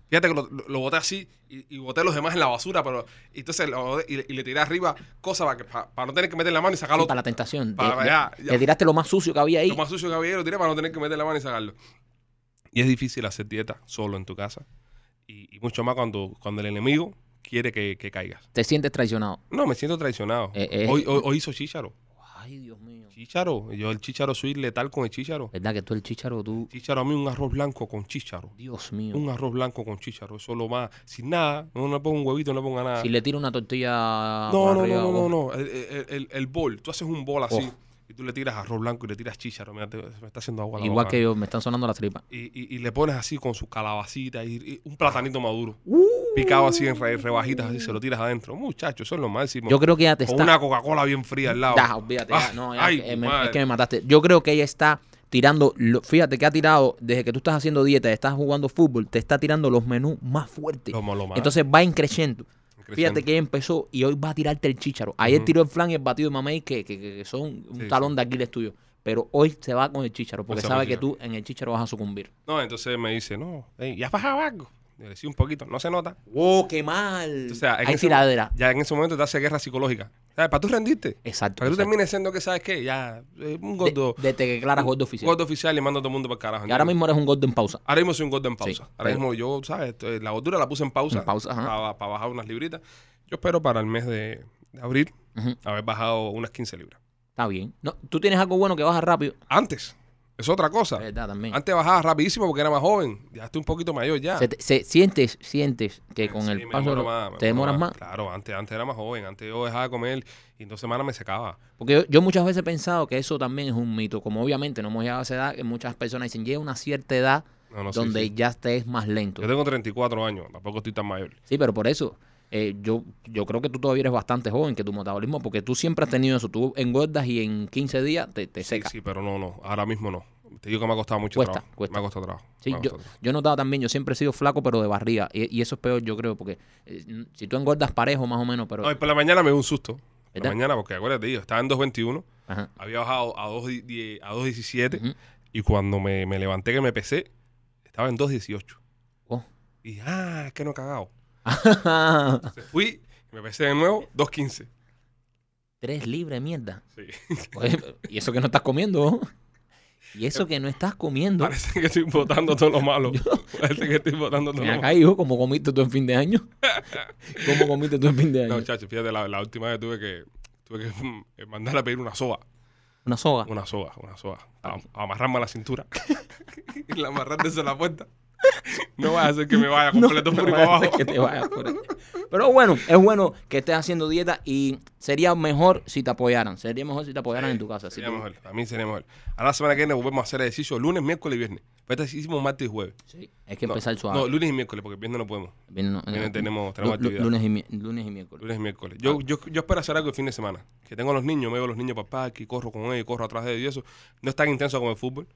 A: Fíjate que lo, lo- lo boté así y, y boté los demás en la basura. pero y Entonces lo boté y, le- y le tiré arriba cosas para, que- pa- para no tener que meter la mano y sacarlo.
B: Sí, para la tentación.
A: Para-
B: Le- le-
A: ya, ya.
B: Le tiraste lo más sucio que había ahí.
A: Lo más sucio que había lo tiré para no tener que meter la mano y sacarlo. Y es difícil hacer dieta solo en tu casa. Y, y mucho más cuando, cuando el enemigo quiere que, que caigas.
B: Te sientes traicionado.
A: No, me siento traicionado.
B: Eh, eh.
A: Hoy, hoy- hoy hizo chícharo.
B: Ay, Dios mío.
A: Chícharo. Yo el chícharo soy letal con el chícharo.
B: ¿Verdad que tú el chícharo, tú...
A: Chícharo a mí un arroz blanco con chícharo.
B: Dios mío.
A: Un arroz blanco con chícharo. Eso lo más. Sin nada. No le pongo un huevito, no le ponga nada.
B: Si le tiro una tortilla.
A: No,
B: por
A: no,
B: arriba,
A: no, no,
B: oh.
A: no. El, el, el- el bol. Tú haces un bol así.
B: Oh.
A: Y tú le tiras arroz blanco y le tiras chícharo. Mira, te- me está haciendo agua la
B: Igual
A: boca.
B: que yo, me están sonando las tripas.
A: y, y- y le pones así con su calabacita y, y un platanito maduro. Picado así en re- rebajitas, así se lo tiras adentro. Muchachos, eso es lo máximo.
B: Yo creo que ya te
A: con
B: está.
A: una Coca-Cola bien fría al lado.
B: Da, olvídate, ya,
A: Ah,
B: no, ya,
A: ay,
B: que- eh,
A: mi
B: me-
A: madre.
B: es que me mataste. Yo creo que ella está tirando. lo- fíjate que ha tirado, desde que tú estás haciendo dieta, estás jugando fútbol, te está tirando los menús más fuertes.
A: Lo mo- lo más.
B: Entonces va increciendo.
A: Creciendo.
B: Fíjate que ella empezó y hoy va a tirarte el chícharo. Ayer
A: Ujú.
B: tiró el flan y el batido de mamey, que, que- que- que son un
A: Sí,
B: talón de Aquiles tuyo. Pero hoy se va con el chícharo, porque
A: se va
B: sabe
A: el
B: que tú en el chícharo vas a sucumbir.
A: No, entonces me dice, no, ey, ya has bajado algo. Le decía un poquito, no se nota.
B: ¡Wow, qué mal!
A: O sea, en
B: Hay
A: ese-
B: tiradera.
A: Ya en ese momento te hace guerra psicológica. ¿Sabes? Para tú rendirte.
B: Exacto.
A: Para que tú
B: exacto.
A: termines siendo que, ¿sabes qué? Ya, eh, un
B: De-
A: gordo.
B: Desde que declaras gordo oficial.
A: Gordo oficial y mando a todo el mundo para el carajo.
B: Que ahora mismo eres un gordo en pausa.
A: Ahora mismo soy un gordo en pausa.
B: Sí,
A: Ahora
B: pero-
A: mismo yo, ¿sabes? Estoy- La gordura la puse en pausa, Ah.
B: En pausa, ajá.
A: para, para bajar unas libritas. Yo espero para el mes de, de abril
B: Ujú.
A: haber bajado unas 15 libras.
B: Está bien. No, tú tienes algo bueno que baja rápido.
A: Antes, es otra cosa.
B: Verdad, también.
A: Antes bajaba rapidísimo porque era más joven. Ya estoy un poquito mayor ya.
B: Se te- se- sientes, sientes que con
A: Sí,
B: el
A: me
B: paso de
A: demoro
B: lo-
A: más, me
B: te
A: demoro
B: demoras más.
A: Claro, antes, antes era más joven. Antes yo dejaba de comer y en dos semanas me secaba.
B: Porque yo, yo muchas veces he pensado que eso también es un mito. Como obviamente no hemos llegado a esa edad, que muchas personas dicen, llega una cierta edad
A: No, no, sí,
B: donde
A: sí.
B: ya te es más lento.
A: Yo tengo 34 años, tampoco estoy tan mayor.
B: Sí, pero por eso, eh, yo, yo creo que tú todavía eres bastante joven, que tu metabolismo, porque tú siempre has tenido eso. Tú engordas y en 15 días te, te
A: Sí,
B: secas.
A: sí, pero no, no. Ahora mismo no. Te digo que me ha costado mucho
B: Cuesta,
A: trabajo.
B: cuesta.
A: Me ha costado trabajo.
B: Sí,
A: me ha
B: yo,
A: costado trabajo.
B: yo he notado también, yo siempre he sido flaco, pero de barriga. Y, y eso es peor, yo creo, porque eh, n- si tú engordas parejo, más o menos, pero.
A: No, y por la mañana me dio un susto. Por
B: ¿Verdad?
A: la mañana, porque acuérdate, yo estaba en 221.
B: Ajá.
A: Había bajado a 2.17 a 2.17
B: Ujú.
A: y cuando me, me levanté que me pesé, estaba en 2.18.
B: Oh.
A: Y dije, ah, es que no he cagado. Se fui, me pesé de nuevo, 2.15.
B: Tres libras de mierda.
A: Sí.
B: Oye, y eso que no estás comiendo. Y eso que no estás comiendo.
A: Parece que estoy botando todo lo malo. Parece que estoy botando todo lo
B: Ven
A: malo.
B: acá, hijo, como comiste tú en fin de año. ¿Cómo comiste tú en fin de año?
A: No, chacho, fíjate, la, la última vez tuve que tuve que mm, eh, mandar a pedir una soga.
B: Una soga.
A: Una soga, una soga.
B: Ah.
A: A, a amarrarme a la cintura. y la amarrar desde la puerta. No vas a hacer que me vaya completo
B: No,
A: por ahí
B: no
A: para
B: vaya a ser
A: abajo.
B: que te vayas por ahí. Pero bueno, es bueno que estés haciendo dieta y sería mejor si te apoyaran. Sería mejor si te apoyaran en tu casa. Si
A: Sería
B: tú-
A: mejor. A mí sería mejor. Ahora la semana que viene volvemos a hacer ejercicio lunes, miércoles y viernes. Pero este hicimos martes y jueves.
B: Sí, hay que
A: No,
B: empezar suave.
A: No, lunes y miércoles, porque el viernes no podemos.
B: Viene- no,
A: Viene,
B: no,
A: tenemos- tenemos
B: lu- lu-
A: actividad.
B: Lunes y, mi- lunes y miércoles.
A: Lunes y miércoles. Yo,
B: Ah.
A: yo, yo espero hacer algo el fin de semana. Que tengo a los niños, me veo a los niños papá, que corro con ellos, corro atrás de ellos y eso. No es tan intenso como el fútbol.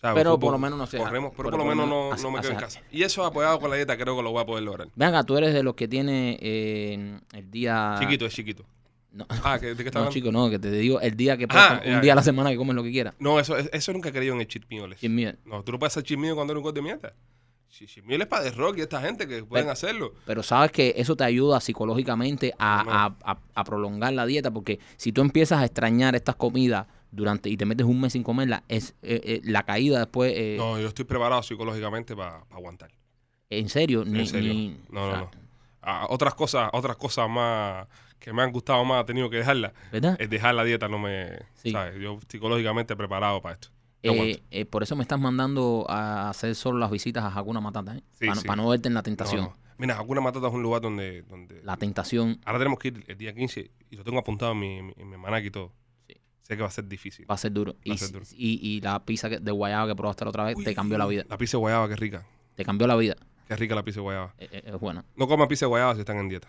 A: ¿sabes?
B: Pero
A: El fútbol
B: por lo menos no se jala.
A: Corremos, pero por
B: Pero
A: lo
B: por lo
A: menos no,
B: menos
A: no me
B: hace-
A: quedo en
B: hace
A: casa. Y eso apoyado con la dieta creo que lo voy a poder lograr.
B: Venga, tú eres de los que tiene eh, el día.
A: Chiquito, es chiquito.
B: No,
A: Ah, ¿de qué estás
B: no,
A: hablando?
B: chico, no, que te digo el día que
A: Ah,
B: pasa,
A: ya,
B: un día a la semana que comes lo que quieras.
A: No, eso, eso nunca he creído en el cheat meal.
B: Sin miedo.
A: No, tú no puedes hacer cheat meal cuando eres un corte de mierda. Cheat cheat meal es para The Rock y esta gente que pueden
B: Pero-
A: hacerlo.
B: Pero sabes que eso te ayuda psicológicamente a, a- a- a prolongar la dieta, porque si tú empiezas a extrañar estas comidas durante y te metes un mes sin comerla, es eh, eh, la caída después. eh,
A: No, yo estoy preparado psicológicamente para aguantar.
B: En serio, ni,
A: en serio.
B: ni-
A: no,
B: o
A: no,
B: sea,
A: no. Ah, otras cosas, otras cosas más que me han gustado más, he tenido que dejarla.
B: ¿Verdad?
A: Es dejar la dieta, no me.
B: Sí.
A: ¿sabes? Yo psicológicamente preparado para esto. Yo
B: Eh,
A: aguanto.
B: eh, por eso me estás mandando a hacer solo las visitas a Hakuna Matata, ¿eh?
A: Sí,
B: para,
A: sí.
B: no verte en la
A: No,
B: tentación.
A: no. Mira, alguna matata es un lugar donde. donde
B: La tentación
A: Ahora tenemos que ir el día 15 y lo tengo apuntado en mi, en mi- en mi almanaque y todo.
B: Sí.
A: Sé que va a ser difícil.
B: va a ser duro.
A: Va
B: Y,
A: a ser duro.
B: y- y la pizza que- de guayaba que probaste la otra vez te
A: Uy,
B: cambió la vida.
A: La pizza de guayaba, qué rica.
B: Te cambió la vida.
A: Qué rica la pizza de guayaba.
B: Eh, eh, es buena.
A: No coman pizza de guayaba si están en dieta.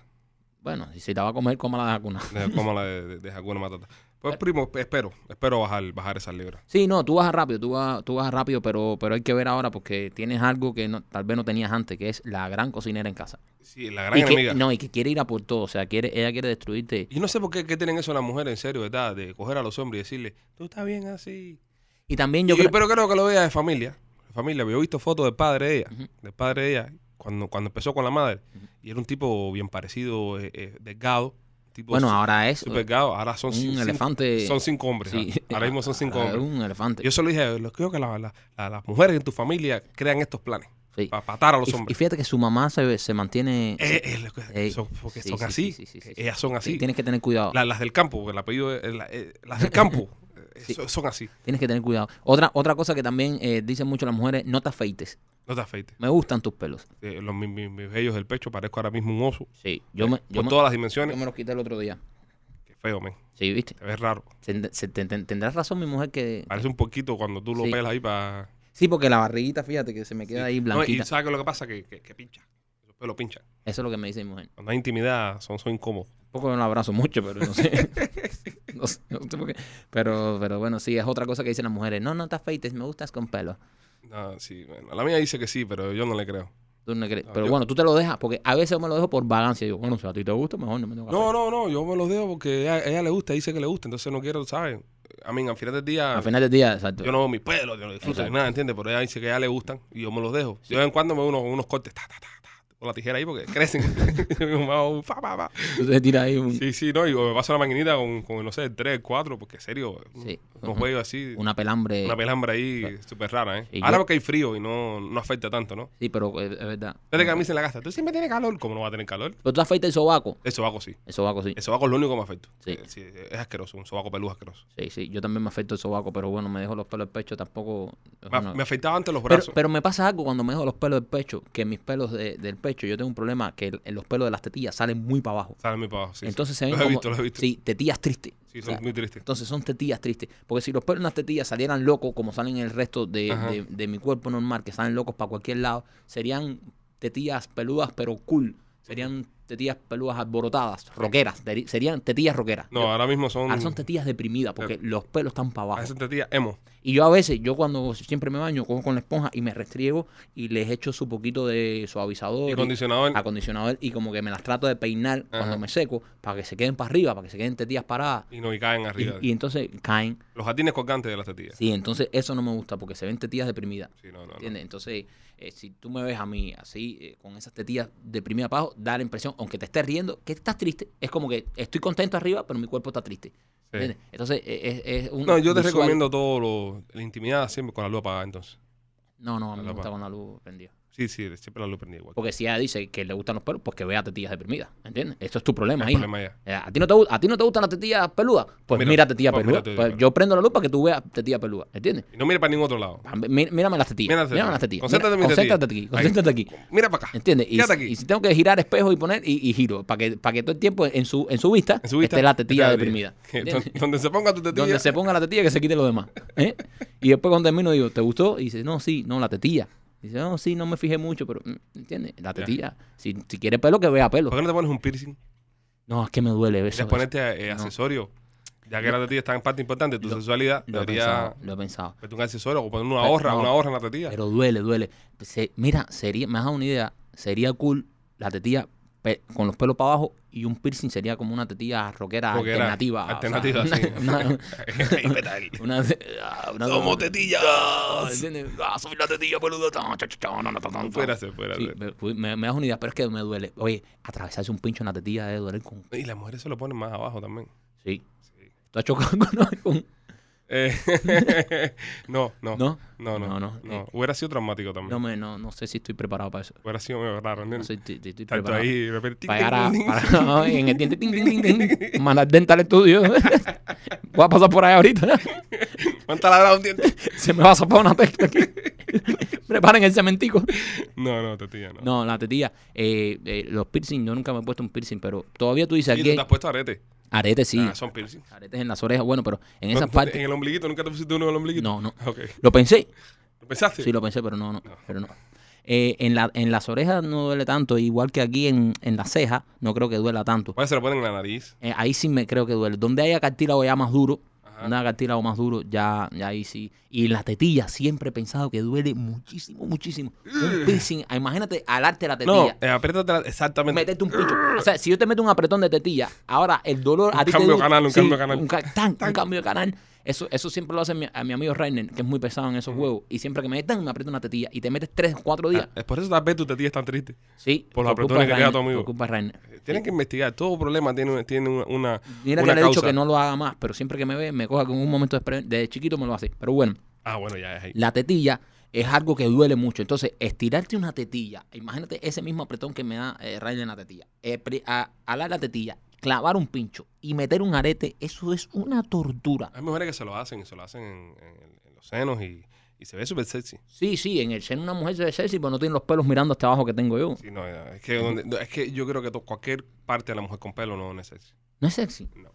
B: Bueno, y si te va a comer, cómala de Hakuna.
A: Eh, Cómala de, de, de Hakuna Matata. Pues, primo, espero. Espero bajar, bajar esas libras.
B: Sí, no, tú bajas rápido, tú vas, tú bajas rápido, pero, pero hay que ver ahora porque tienes algo que no- tal vez no tenías antes, que es la gran cocinera en casa.
A: Sí, la gran
B: y que,
A: enemiga.
B: No, y que quiere ir a por todo, o sea, quiere, ella quiere destruirte.
A: Y no sé por qué, qué tienen eso las mujeres, en serio, ¿verdad? De coger a los hombres y decirle, tú estás bien así.
B: Y también
A: Yo
B: yo creo...
A: pero creo que lo veía de familia. De familia. Yo he visto fotos del padre de ella, del padre de ella, cuando, cuando empezó con la madre. Y era un tipo bien parecido, eh, eh, delgado. Tipo
B: Bueno,
A: su-
B: ahora
A: pues,
B: es...
A: súper delgado. Ahora son
B: un
A: cin- cin-
B: elefante-
A: Son cinco hombres.
B: sí,
A: ¿ah? Ahora mismo son cinco
B: ahora es
A: hombres.
B: Un elefante.
A: Yo solo dije, lo creo que la- la- la- las mujeres en tu familia crean estos planes
B: Sí.
A: para patar a los
B: Y, y
A: hombres.
B: fíjate que su mamá se, se mantiene...
A: Eh, eh, lo que-
B: Ey,
A: son- porque
B: sí,
A: son
B: sí,
A: así.
B: sí, sí, sí, sí.
A: Ellas son
B: sí,
A: así.
B: Tienes que tener cuidado.
A: La- las del campo, porque el apellido es- es la- eh, las del campo eh,
B: Sí.
A: son, son así.
B: Tienes que tener cuidado. Otra, otra cosa que también eh, dicen mucho las mujeres, no te afeites.
A: No te afeites.
B: Me gustan tus pelos.
A: Eh, los, mis, mis- mis vellos del pecho parezco ahora mismo un oso.
B: Sí, yo
A: por
B: me, yo me,
A: Eh, pues todas las
B: yo
A: dimensiones.
B: me los quité el otro día.
A: Qué feo, men.
B: Sí, ¿viste?
A: Te ves raro.
B: Ten- se- ten- ten- Tendrás razón mi mujer que...
A: Parece un poquito cuando tú lo
B: Sí.
A: pelas ahí para...
B: Sí, porque la barriguita, fíjate que se me queda ahí blanquita.
A: y ¿sabes qué es lo que pasa? Que, que, que pincha. Los pelos pinchan.
B: Eso es lo que me dice mi mujer.
A: Cuando hay intimidad son, son incómodos.
B: Tampoco no la abrazo mucho, pero no sé. no sé, no sé por qué. Pero, pero bueno, sí, es otra cosa que dicen las mujeres. No, no te afeites, me gustas con pelo.
A: No, sí, bueno, la mía dice que sí, pero yo no le creo.
B: Tú no crees.
A: No,
B: pero
A: yo-
B: bueno, tú te lo dejas, porque a veces yo me lo dejo por vagancia. Digo, bueno, si a ti te gusta, mejor no me tengo que
A: No, no, no, yo me los dejo porque a ella, ella le gusta, dice que le gusta, entonces no quiero, ¿sabes? A mí, al final del día,
B: Al final del día, exacto.
A: yo no veo mis pelos, yo no disfruto de
B: Exacto.
A: nada, ¿entiendes? Pero ella dice que a ella le gustan y yo me los dejo. Yo de vez en cuando me veo unos, unos cortes, ta, ta, ta, ta, con la tijera ahí porque crecen. Mi mamá, un fa, fa, fa.
B: Tú te tiras ahí un-
A: Sí, sí, no, y o me paso la maquinita con, con, no sé, tres, cuatro, porque en serio,
B: Sí.
A: unos
B: Ujú.
A: huevos así, una,
B: una pelambre.
A: pelambra ahí súper rara, ¿eh?
B: Y yo-
A: Ahora porque hay frío y no, no afecta tanto, ¿no?
B: Sí, pero es, es verdad.
A: Desde que a mí se la gasta, tú siempre tienes calor, ¿cómo no va a tener calor?
B: Pero tú afeitas el sobaco.
A: El sobaco sí,
B: El sobaco, sí.
A: el sobaco es lo único que me afecta.
B: Sí.
A: Eh, sí, es asqueroso, un sobaco peludo asqueroso.
B: Sí, sí. Yo también me afeito el sobaco, pero bueno, me dejo los pelos del pecho tampoco. es
A: Me,
B: una-
A: me afectaba antes los brazos.
B: Pues Pero, pero me pasa algo cuando me dejo los pelos del pecho, que mis pelos de- del pecho, yo tengo un problema que el- los pelos de las tetillas salen muy para abajo.
A: Sale muy para abajo, sí, sí.
B: entonces se ven
A: Los he
B: como
A: visto, los he visto.
B: sí, tetillas tristes.
A: Sí,
B: O sea,
A: son muy tristes.
B: entonces son tetillas tristes. Porque si los pelos de las tetillas salieran locos, como salen en el resto de,
A: Ajá.
B: de- de mi cuerpo normal, que salen locos para cualquier lado, serían tetillas peludas pero cool. Serían tetillas peludas alborotadas, roqueras. Teri- Serían tetillas roqueras.
A: No, ahora mismo son.
B: Ahora ah, son tetillas deprimidas porque los pelos están para
A: ahora
B: abajo.
A: son tetillas emo.
B: Y yo a veces, yo cuando siempre me baño, cojo con la esponja y me restriego y les echo su poquito de suavizador,
A: Y condicionador.
B: acondicionador y como que me las trato de peinar cuando me seco para que se queden para arriba, para que se queden tetillas paradas.
A: Y no, y caen
B: Y,
A: arriba.
B: y entonces caen.
A: Los jardines colgantes de las tetillas.
B: Sí, entonces eso no me gusta porque se ven tetillas deprimidas.
A: Sí, no, no, no.
B: ¿Entiendes? Entonces, eh, si tú me ves a mí así, eh, con esas tetillas deprimidas para abajo, da la impresión, aunque te estés riendo, que estás triste, es como que estoy contento arriba, pero mi cuerpo está triste. ¿Entiendes? Entonces, es, es- es un.
A: No, yo te
B: visual-
A: recomiendo todo lo. La intimidad siempre con la luz apagada, entonces.
B: No, no, a mí
A: la
B: me gusta
A: paz.
B: con la luz prendida.
A: Sí, sí, siempre la luz prendida igual.
B: Porque si ella dice que le gustan los pelos, pues que vea tetillas deprimidas. ¿Entiendes? Esto es tu problema,
A: El
B: hija.
A: problema ya.
B: Eh, ¿A ti, no te, gu- ¿A ti no te gustan las tetillas peludas? Pues
A: Mira,
B: mira, tetillas
A: pues mira
B: peludas.
A: tetillas
B: Pues
A: peludas.
B: yo prendo la luz para que tú veas tetillas peludas. ¿Entiendes?
A: Y no mire para ningún otro lado.
B: Ah, mí- Mírame las tetillas.
A: Mira las
B: Mírame
A: tetillas.
B: las tetillas.
A: Concéntrate en mis
B: concéntrate
A: tetillas.
B: aquí. Concéntrate aquí.
A: Mira para acá.
B: ¿Entiendes? Y,
A: Quédate
B: si-
A: aquí.
B: y si tengo que girar espejo y poner, y, y giro, para que, para que todo el tiempo en su, en su vista,
A: En su vista,
B: esté la tetilla
A: está
B: deprimida. ¿Entiendes?
A: Donde- Donde se ponga tu tetilla.
B: Donde se ponga la tetilla que se quite lo demás. ¿eh? Y después cuando termino digo, ¿te gustó? Y dice, no, sí, no, la tetilla. Dice, no, sí, no me fijé mucho, pero, mm, ¿entiendes? La tetilla. Si, si quiere pelo, que vea pelo.
A: ¿Por qué no te pones un piercing?
B: No, es que me duele eso.
A: ¿Quieres ponerte eh,
B: No.
A: accesorio? Ya que la tetilla está en parte importante de tu
B: Lo-
A: sexualidad,
B: Lo he
A: debería
B: pensado, lo he pensado.
A: ponerte un accesorio o poner una
B: Pero-
A: horra,
B: no.
A: una horra en la tetilla.
B: Pero duele, duele. Se- mira, sería, me has dado una idea. Sería cool la tetilla pe- con los pelos para abajo y un piercing sería como una tetilla rockera
A: Rockera,
B: alternativa. o sea,
A: alternativa, sí.
B: una, una-
A: Ay, metal.
B: una- ah, una-
A: ¡Somos tetillas!
B: Ah, ¿entiendes? Ah, soy la tetilla peluda. Tan, cha, cha, cha, na, na, tan, tan, tan.
A: Fuera, se fuera.
B: Sí, me, fui- me- me das una idea, pero es que me duele. Oye, atravesarse un pincho en la tetilla debe doler con...
A: Y las mujeres se lo ponen más abajo también.
B: Sí. ¿Tú has chocado con... con-
A: Eh, no, no, no,
B: ¿No?
A: no, no,
B: No, no, eh.
A: Hubiera sido traumático también.
B: No, me, no, no sé si estoy preparado para eso.
A: Hubiera sido medio raro. ¿no?
B: No sé si estoy
A: Tanto
B: preparado.
A: ahí, de repente,
B: para llegar a,
A: ting, ting, ting.
B: para- en el diente ting, ting, ting, ting, mandar dental estudio voy a pasar por ahí ahorita
A: ¿Cuánta ladra un diente?
B: se me va a zapar una testa aquí preparen el cementico
A: No, no, tetilla, no.
B: no la tetilla eh, eh, los piercing yo nunca me he puesto un piercing pero todavía tú dices
A: Y tú
B: aquí
A: te has puesto arete.
B: aretes sí
A: Ah, son piercings.
B: aretes en las orejas bueno pero en
A: No,
B: esas
A: En
B: partes
A: el ombliguito, nunca te pusiste uno en el ombliguito.
B: no no
A: Ok.
B: lo pensé
A: ¿Lo pensaste?
B: Sí, lo pensé, pero no, no. Pero no. Eh, en, la, en las orejas no duele tanto, igual que aquí en, en la ceja, no creo que duela tanto.
A: Puede Pues se lo ponen en la nariz.
B: Eh, ahí sí me creo que duele. Donde haya cartílago ya más duro,
A: Ajá.
B: donde haya cartílago más duro, ya, ya ahí sí. Y en la tetilla siempre he pensado que duele muchísimo, muchísimo. Un piercing, ah, imagínate alarte la
A: No,
B: tetilla.
A: eh, apriétate la- exactamente.
B: Meterte un pincho. O sea, si yo te meto un apretón de tetilla, ahora el dolor a ti te
A: cambio de
B: duele.
A: canal, un cambio de canal.
B: Un, ca- tan, un cambio de canal. Eso, eso siempre lo hace mi, a mi amigo Rainer, que es muy pesado en esos juegos. Y siempre que me metan, me aprieta una tetilla. Y te metes tres, cuatro días.
A: Ah, es por eso tal vez tu tetilla es tan triste.
B: Sí.
A: Por los
B: culpa
A: apretones
B: de
A: que le da a tu
B: Rainer,
A: amigo.
B: Por culpa de Rainer.
A: Tienen que investigar. Todo problema tiene, una- tiene una, una-
B: Eh. Mira
A: una
B: que le he dicho
A: causa.
B: que no lo haga más, pero siempre que me ve, me coja con un momento de despre- de chiquito me lo hace. Pero bueno,
A: Ah, bueno, ya es ahí.
B: la tetilla es algo que duele mucho. Entonces, estirarte una tetilla, imagínate ese mismo apretón que me da eh, Rainer en la tetilla. Eh, pri- a- alar la tetilla, clavar un pincho y meter un arete, eso es una tortura.
A: Hay mujeres que se lo hacen y se lo hacen en, en- en los senos y, y se ve súper sexy.
B: Sí, sí, en el seno una mujer se ve sexy, pero no tiene los pelos mirando hasta abajo que tengo yo.
A: Sí, no, eh, es, que donde- no, es que yo creo que to- cualquier parte de la mujer con pelo no, no es sexy.
B: No es sexy.
A: No.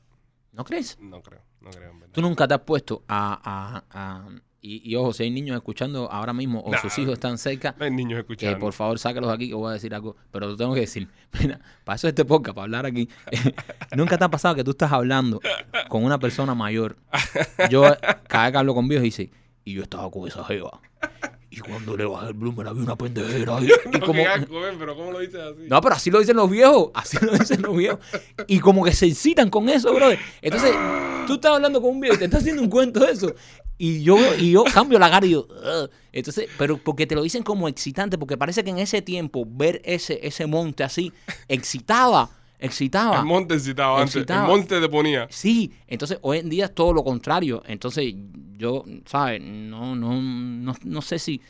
B: ¿No crees?
A: No creo, no creo. En verdad.
B: Tú nunca te has puesto a... a- a- y, y ojo, si hay niños escuchando ahora mismo o
A: Nah.
B: sus hijos están cerca,
A: No hay niños
B: que
A: escuchando.
B: Eh, por favor sácalos aquí que voy a decir algo, pero lo tengo que decir. Mira, para eso este podcast, para hablar aquí. Nunca te ha pasado que tú estás hablando con una persona mayor. Yo cada vez que hablo con viejos dice, y yo estaba con esa jeva. Y cuando le bajé el bloomer había una pendejera. ahí". Y
A: no,
B: como-
A: qué asco, ven, pero ¿cómo lo dices así?
B: no, pero así lo dicen los viejos. Así lo dicen los viejos. Y como que se excitan con eso, brother. Entonces, tú estás hablando con un viejo y te estás haciendo un cuento de eso. Y yo, y yo cambio la cara y yo. "Ugh". Entonces, pero porque te lo dicen como excitante, porque parece que en ese tiempo ver ese, ese monte así excitaba, excitaba.
A: El monte citaba antes. El
B: Excitaba.
A: monte te ponía.
B: Sí, entonces hoy en día es todo lo contrario. Entonces yo, ¿sabes? No, no, no, no sé si...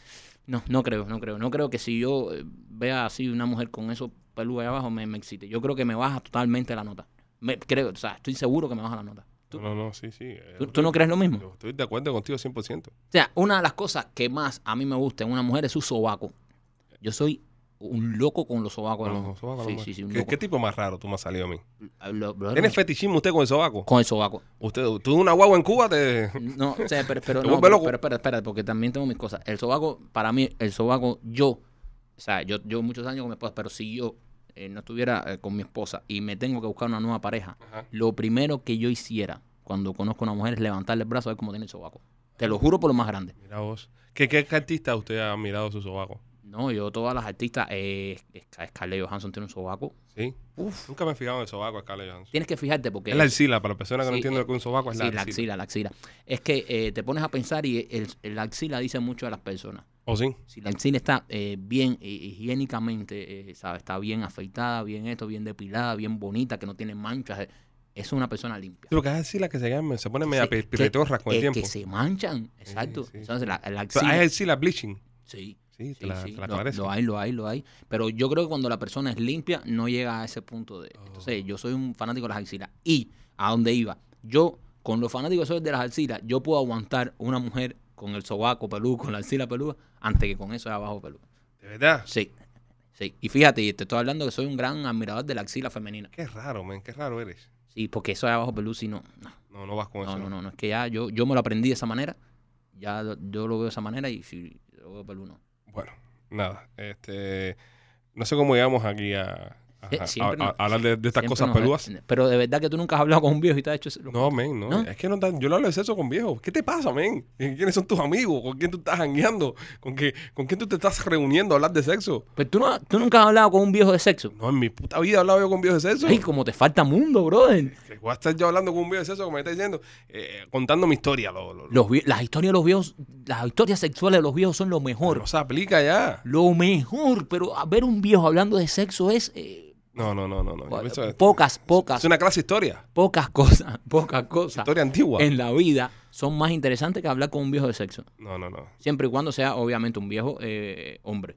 B: No, no creo, no creo. No creo que si yo eh, vea así una mujer con esos pelos ahí abajo me, me excite. Yo creo que me baja totalmente la nota. Me, creo, o sea, estoy seguro que me baja la nota. ¿Tú,
A: No, no, no, sí, sí. eh,
B: tú- tú no crees lo mismo?
A: yo Estoy de acuerdo contigo 100%.
B: O sea, una de las cosas que más a mí me gusta en una mujer es su sobaco. Yo soy un loco con los sobacos. de las
A: Con los sobacos,
B: mujeres.
A: ¿no?
B: Sí, sí, sí, un
A: ¿Qué,
B: loco.
A: qué tipo más raro tú me has salido a mí?
B: Lo- lo-
A: ¿Tiene fetichismo usted con el sobaco?
B: con el sobaco.
A: Usted, tú una guagua en Cuba te...
B: No, o sea, pero, pero
A: Te
B: no,
A: vuelve
B: pero,
A: loco.
B: pero espera, espera, porque también tengo mis cosas. El sobaco, para mí, el sobaco, yo, o sea, yo, yo muchos años con mi esposa, pero si yo eh, no estuviera eh, con mi esposa y me tengo que buscar una nueva pareja,
A: Ajá.
B: lo primero que yo hiciera cuando conozco a una mujer es levantarle el brazo a ver cómo tiene el sobaco. Te lo juro por lo más grande.
A: Mira vos. ¿Qué, qué artista usted ha mirado su sobaco?
B: No, yo todas las artistas, eh, Sc- Scarlett Johansson tiene un sobaco.
A: Sí. Nunca me he fijado en el sobaco de Scarlett Johansson.
B: Tienes que fijarte porque...
A: Es la axila, para las personas que no
B: Sí,
A: entienden
B: eh,
A: lo que es un sobaco es
B: sí,
A: la
B: la
A: axila.
B: axila, la axila. Es que eh, te pones a pensar y el, el- la axila dice mucho de las personas.
A: ¿O sí?
B: Si la axila está eh, bien eh, higiénicamente, eh, ¿sabes? Está bien afeitada, bien esto, bien depilada, bien bonita, que no tiene manchas. eh, Es una persona limpia.
A: Lo que es axilas que se llaman, se ponen
B: Que
A: media
B: se-
A: pi-
B: que-
A: pirretorras con el
B: que-
A: tiempo.
B: Que se manchan, exacto.
A: sí.
B: Entonces, la, la
A: Pero Hay
B: axila...
A: axilas bleaching.
B: Sí,
A: Sí, te
B: sí,
A: la, te
B: sí,
A: la
B: lo,
A: aclarece.
B: lo hay, lo hay, lo hay. Pero yo creo que cuando la persona es limpia, no llega a ese punto de...
A: Oh.
B: Entonces, yo soy un fanático de las axilas. Y, ¿a dónde iba? Yo, con los fanáticos soy de las axilas, yo puedo aguantar una mujer con el sobaco peludo, con la axila peluda, antes que con eso de abajo peludo.
A: De verdad.
B: Sí, sí. Y fíjate, y te estoy hablando que soy un gran admirador de la axila femenina.
A: Qué raro, men, qué raro eres.
B: Sí, porque eso de abajo peludo, si no... no.
A: No, no vas con
B: No,
A: eso.
B: no, no, no, es que ya yo, yo me lo aprendí de esa manera, ya lo- yo lo veo de esa manera y si lo veo peludo, no.
A: Bueno, nada. Este, no sé cómo llegamos aquí a, a-
B: Sí,
A: a-
B: Eh, siempre
A: a- a
B: nos-
A: hablar de, de estas
B: Siempre
A: cosas
B: nos-
A: peludas.
B: Pero de verdad que tú nunca has hablado con un viejo y te has hecho eso.
A: No, men, no.
B: ¿No?
A: Es que no tan- yo no hablo de sexo con viejos. ¿Qué te pasa, men? ¿Quiénes son tus amigos? ¿Con quién tú estás jangueando? ¿Con, qué, ¿Con quién tú te estás reuniendo a hablar de sexo?
B: Pero Pues tú, no, tú nunca has hablado con un viejo de sexo.
A: No, en mi puta vida he hablado yo con viejos de sexo.
B: Ay, como te falta mundo, brother.
A: Que Voy a estar yo hablando con un viejo de sexo, como me está diciendo, eh, contando mi historia. Lo, lo,
B: Los vie- las historias de los viejos, las historias sexuales de los viejos son lo mejor.
A: no se aplica ya.
B: Lo mejor, pero a ver un viejo hablando de sexo es eh,
A: No, no, no, no. no. Yo pienso-
B: pocas,
A: es
B: pocas,
A: una clase de historia.
B: pocas cosas, pocas cosas
A: Historia antigua.
B: en la vida son más interesantes que hablar con un viejo de sexo.
A: No, no, no.
B: Siempre y cuando sea, obviamente, un viejo eh, hombre.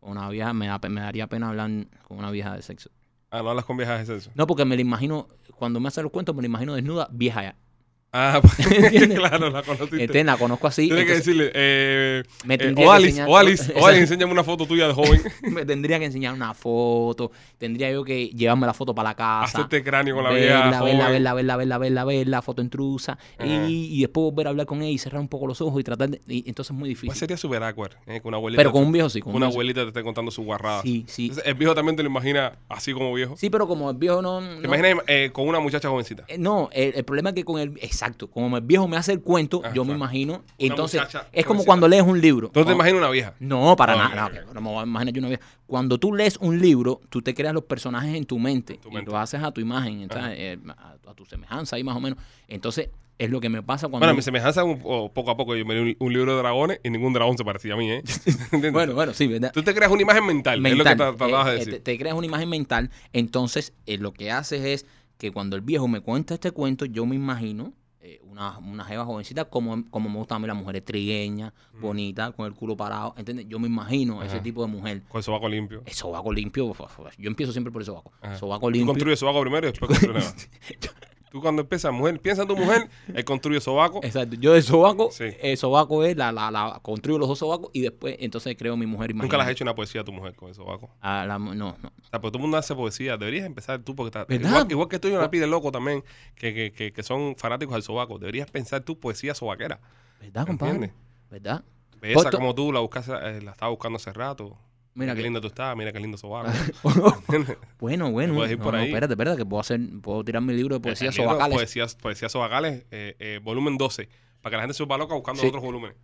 B: Una vieja, me, da pe- me daría pena hablar con una vieja de sexo.
A: Ah, no hablas con viejas de sexo.
B: No, porque me la imagino, cuando me hace los cuentos, me la imagino desnuda, vieja ya.
A: Ah, pues,
B: ¿Entiendes?
A: claro, la conociste.
B: Este, la conozco así.
A: Tienes que
B: entonces
A: decirle, eh,
B: me
A: eh,
B: tendría que
A: Oalis,
B: enseñar-
A: Oalis,
B: Exacto.
A: Oalis, enséñame una foto tuya de joven.
B: me tendría que enseñar una foto. Tendría yo que llevarme la foto para la casa.
A: Hacerte cráneo con la vieja
B: verla, verla,
A: joven.
B: verla, verla, verla, verla, verla, foto intrusa.
A: Ajá.
B: Y, y después volver a hablar con ella y cerrar un poco los ojos y tratar de. y entonces es muy
A: ¿Cuál
B: difícil.
A: sería super awkward? eh, que una abuelita,
B: Pero con un viejo sí. Con un
A: una
B: viejo
A: abuelita te esté contando su guarrada.
B: sí. Sí, sí.
A: Entonces, el viejo también te lo imagina así como viejo.
B: Sí, pero como el viejo no.
A: ¿Te
B: no-
A: imaginas eh, con una muchacha jovencita?
B: Eh, No, el, el problema es que con el. Exacto, como el viejo me hace el cuento,
A: Ah,
B: yo me
A: claro.
B: entonces, imagino. Entonces,
A: muchacha
B: es como
A: jovencita.
B: cuando lees un libro.
A: ¿Tú te
B: Cuando-
A: imaginas una vieja?
B: No, para
A: Ah,
B: nada.
A: ok,
B: nada, No me voy a imaginar yo una vez. Cuando tú lees un libro, tú te creas los personajes en tu mente,
A: tu mente.
B: y lo haces a tu imagen, entonces, eh, a, a tu semejanza ahí más o menos. Entonces, es lo que me pasa cuando.
A: Bueno, mi semejanza, un- o poco a poco, yo me leí un, un libro de dragones y ningún dragón se parecía a mí, ¿eh? ¿Entiendes?
B: bueno, bueno, sí, ¿verdad?
A: Tú te creas una imagen mental, es lo que
B: Mental,
A: tra- tratabas
B: eh,
A: de
B: eh,
A: decir.
B: te, te creas una imagen mental, entonces eh, lo que haces es que cuando el viejo me cuenta este cuento, yo me imagino eh, una, una jeva jovencita como, como me gustan a mí las mujeres trigueñas, bonita, con el culo parado, ¿entiendes? Yo me imagino
A: Mm.
B: ese
A: Ajá.
B: tipo de mujer.
A: Con el sobaco limpio.
B: El sobaco limpio, fu- fu- yo empiezo siempre por el sobaco.
A: Ajá.
B: Sobaco
A: Tú
B: limpio.
A: construyes sobaco primero y después construyes nada. Tú cuando empiezas mujer, piensa en tu mujer, él construye sobaco.
B: Exacto, yo de sobaco,
A: Sí.
B: el sobaco es la, la, la construyo los dos sobacos y después entonces creo mi mujer
A: Nunca le
B: imaginaria.
A: has hecho una poesía a tu mujer con el sobaco.
B: A la mu- no, no.
A: O sea, pero todo el mundo hace poesía. Deberías empezar tú, porque estás.
B: ¿Verdad?
A: Igual, igual que tú y una pide loco también, que, que, que, que son fanáticos del sobaco. Deberías pensar tú poesía sobaquera.
B: ¿Verdad, Ah, compadre?
A: ¿Entiendes?
B: ¿Verdad?
A: Belleza
B: Otto-
A: como tú la buscaste, eh, la estaba buscando hace rato. Mira
B: Mira
A: qué
B: que.
A: linda tú estás, mira qué lindo sobaco.
B: bueno, bueno.
A: puedes ir
B: no,
A: por
B: no,
A: ahí.
B: espérate, espérate, que puedo hacer, puedo tirar mi libro de poesías
A: El libro pues.
B: sobacales.
A: Poesías, poesías sobacales, eh, eh, volumen 12. Para que la gente se vuelva loca buscando
B: Sí.
A: otros volúmenes.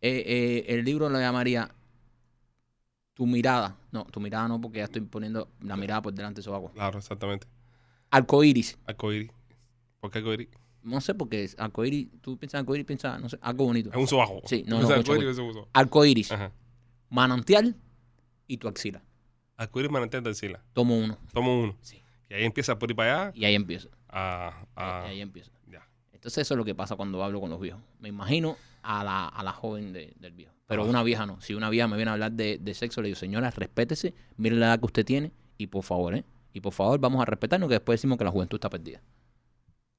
B: Eh, eh, el libro lo llamaría Tu mirada. No, tu mirada no, porque ya estoy poniendo la mirada por delante del sobaco.
A: Claro, exactamente.
B: Arcoiris.
A: Arcoiris. ¿Por qué arcoiris?
B: No sé por qué es arcoiris. Tú piensas en arcoiris, piensas, no sé, algo bonito.
A: Es un sobaco.
B: Sí, no,
A: O
B: no,
A: sea,
B: mucho,
A: arcoiris es un sobaco.
B: Arcoiris,
A: Ajá.
B: manantial y tu axila.
A: Arcoiris manantial de Sila.
B: Tomo uno.
A: Tomo uno.
B: Sí.
A: Y ahí empieza por ir para allá.
B: Y ahí empiezo.
A: A, a-
B: Y ahí empiezo.
A: ya.
B: Entonces eso es lo que pasa cuando hablo con los viejos. Me imagino a la, a la joven de- del viejo. Pero
A: Ah.
B: una vieja no. Si una vieja me viene a hablar de, de sexo, le digo, señora, respétese, mire la edad que usted tiene y por favor, ¿eh? Y por favor, vamos a respetarnos que después decimos que la juventud está perdida.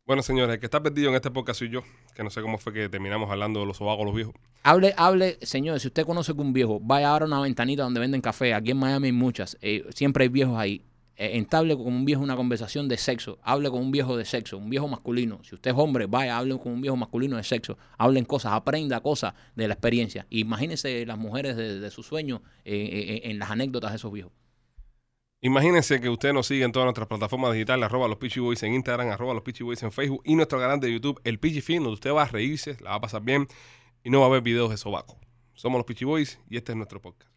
A: Bueno, señores, el que está perdido en esta época soy yo. Que no sé cómo fue que terminamos hablando de los sobacos los viejos.
B: Hable, hable, señores, si usted conoce que un viejo, vaya ahora a una ventanita donde venden café, aquí en Miami hay muchas, eh, siempre hay viejos ahí. Eh, entable con un viejo una conversación de sexo, hable con un viejo de sexo, un viejo masculino. Si usted es hombre, vaya, hable con un viejo masculino de sexo, hablen cosas, aprenda cosas de la experiencia. Imagínense las mujeres de, de sus sueños eh, eh, en las anécdotas de esos viejos.
A: Imagínense que usted nos sigue en todas nuestras plataformas digitales, arroba los Peachy Boys en Instagram, arroba los Peachy Boys en Facebook y nuestro canal de YouTube, el Peachy Fin, donde usted va a reírse, la va a pasar bien y no va a ver videos de sobaco. Somos los Peachy Boys y este es nuestro podcast.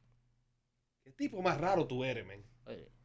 A: tipo más raro tú eres, men.
B: Oye,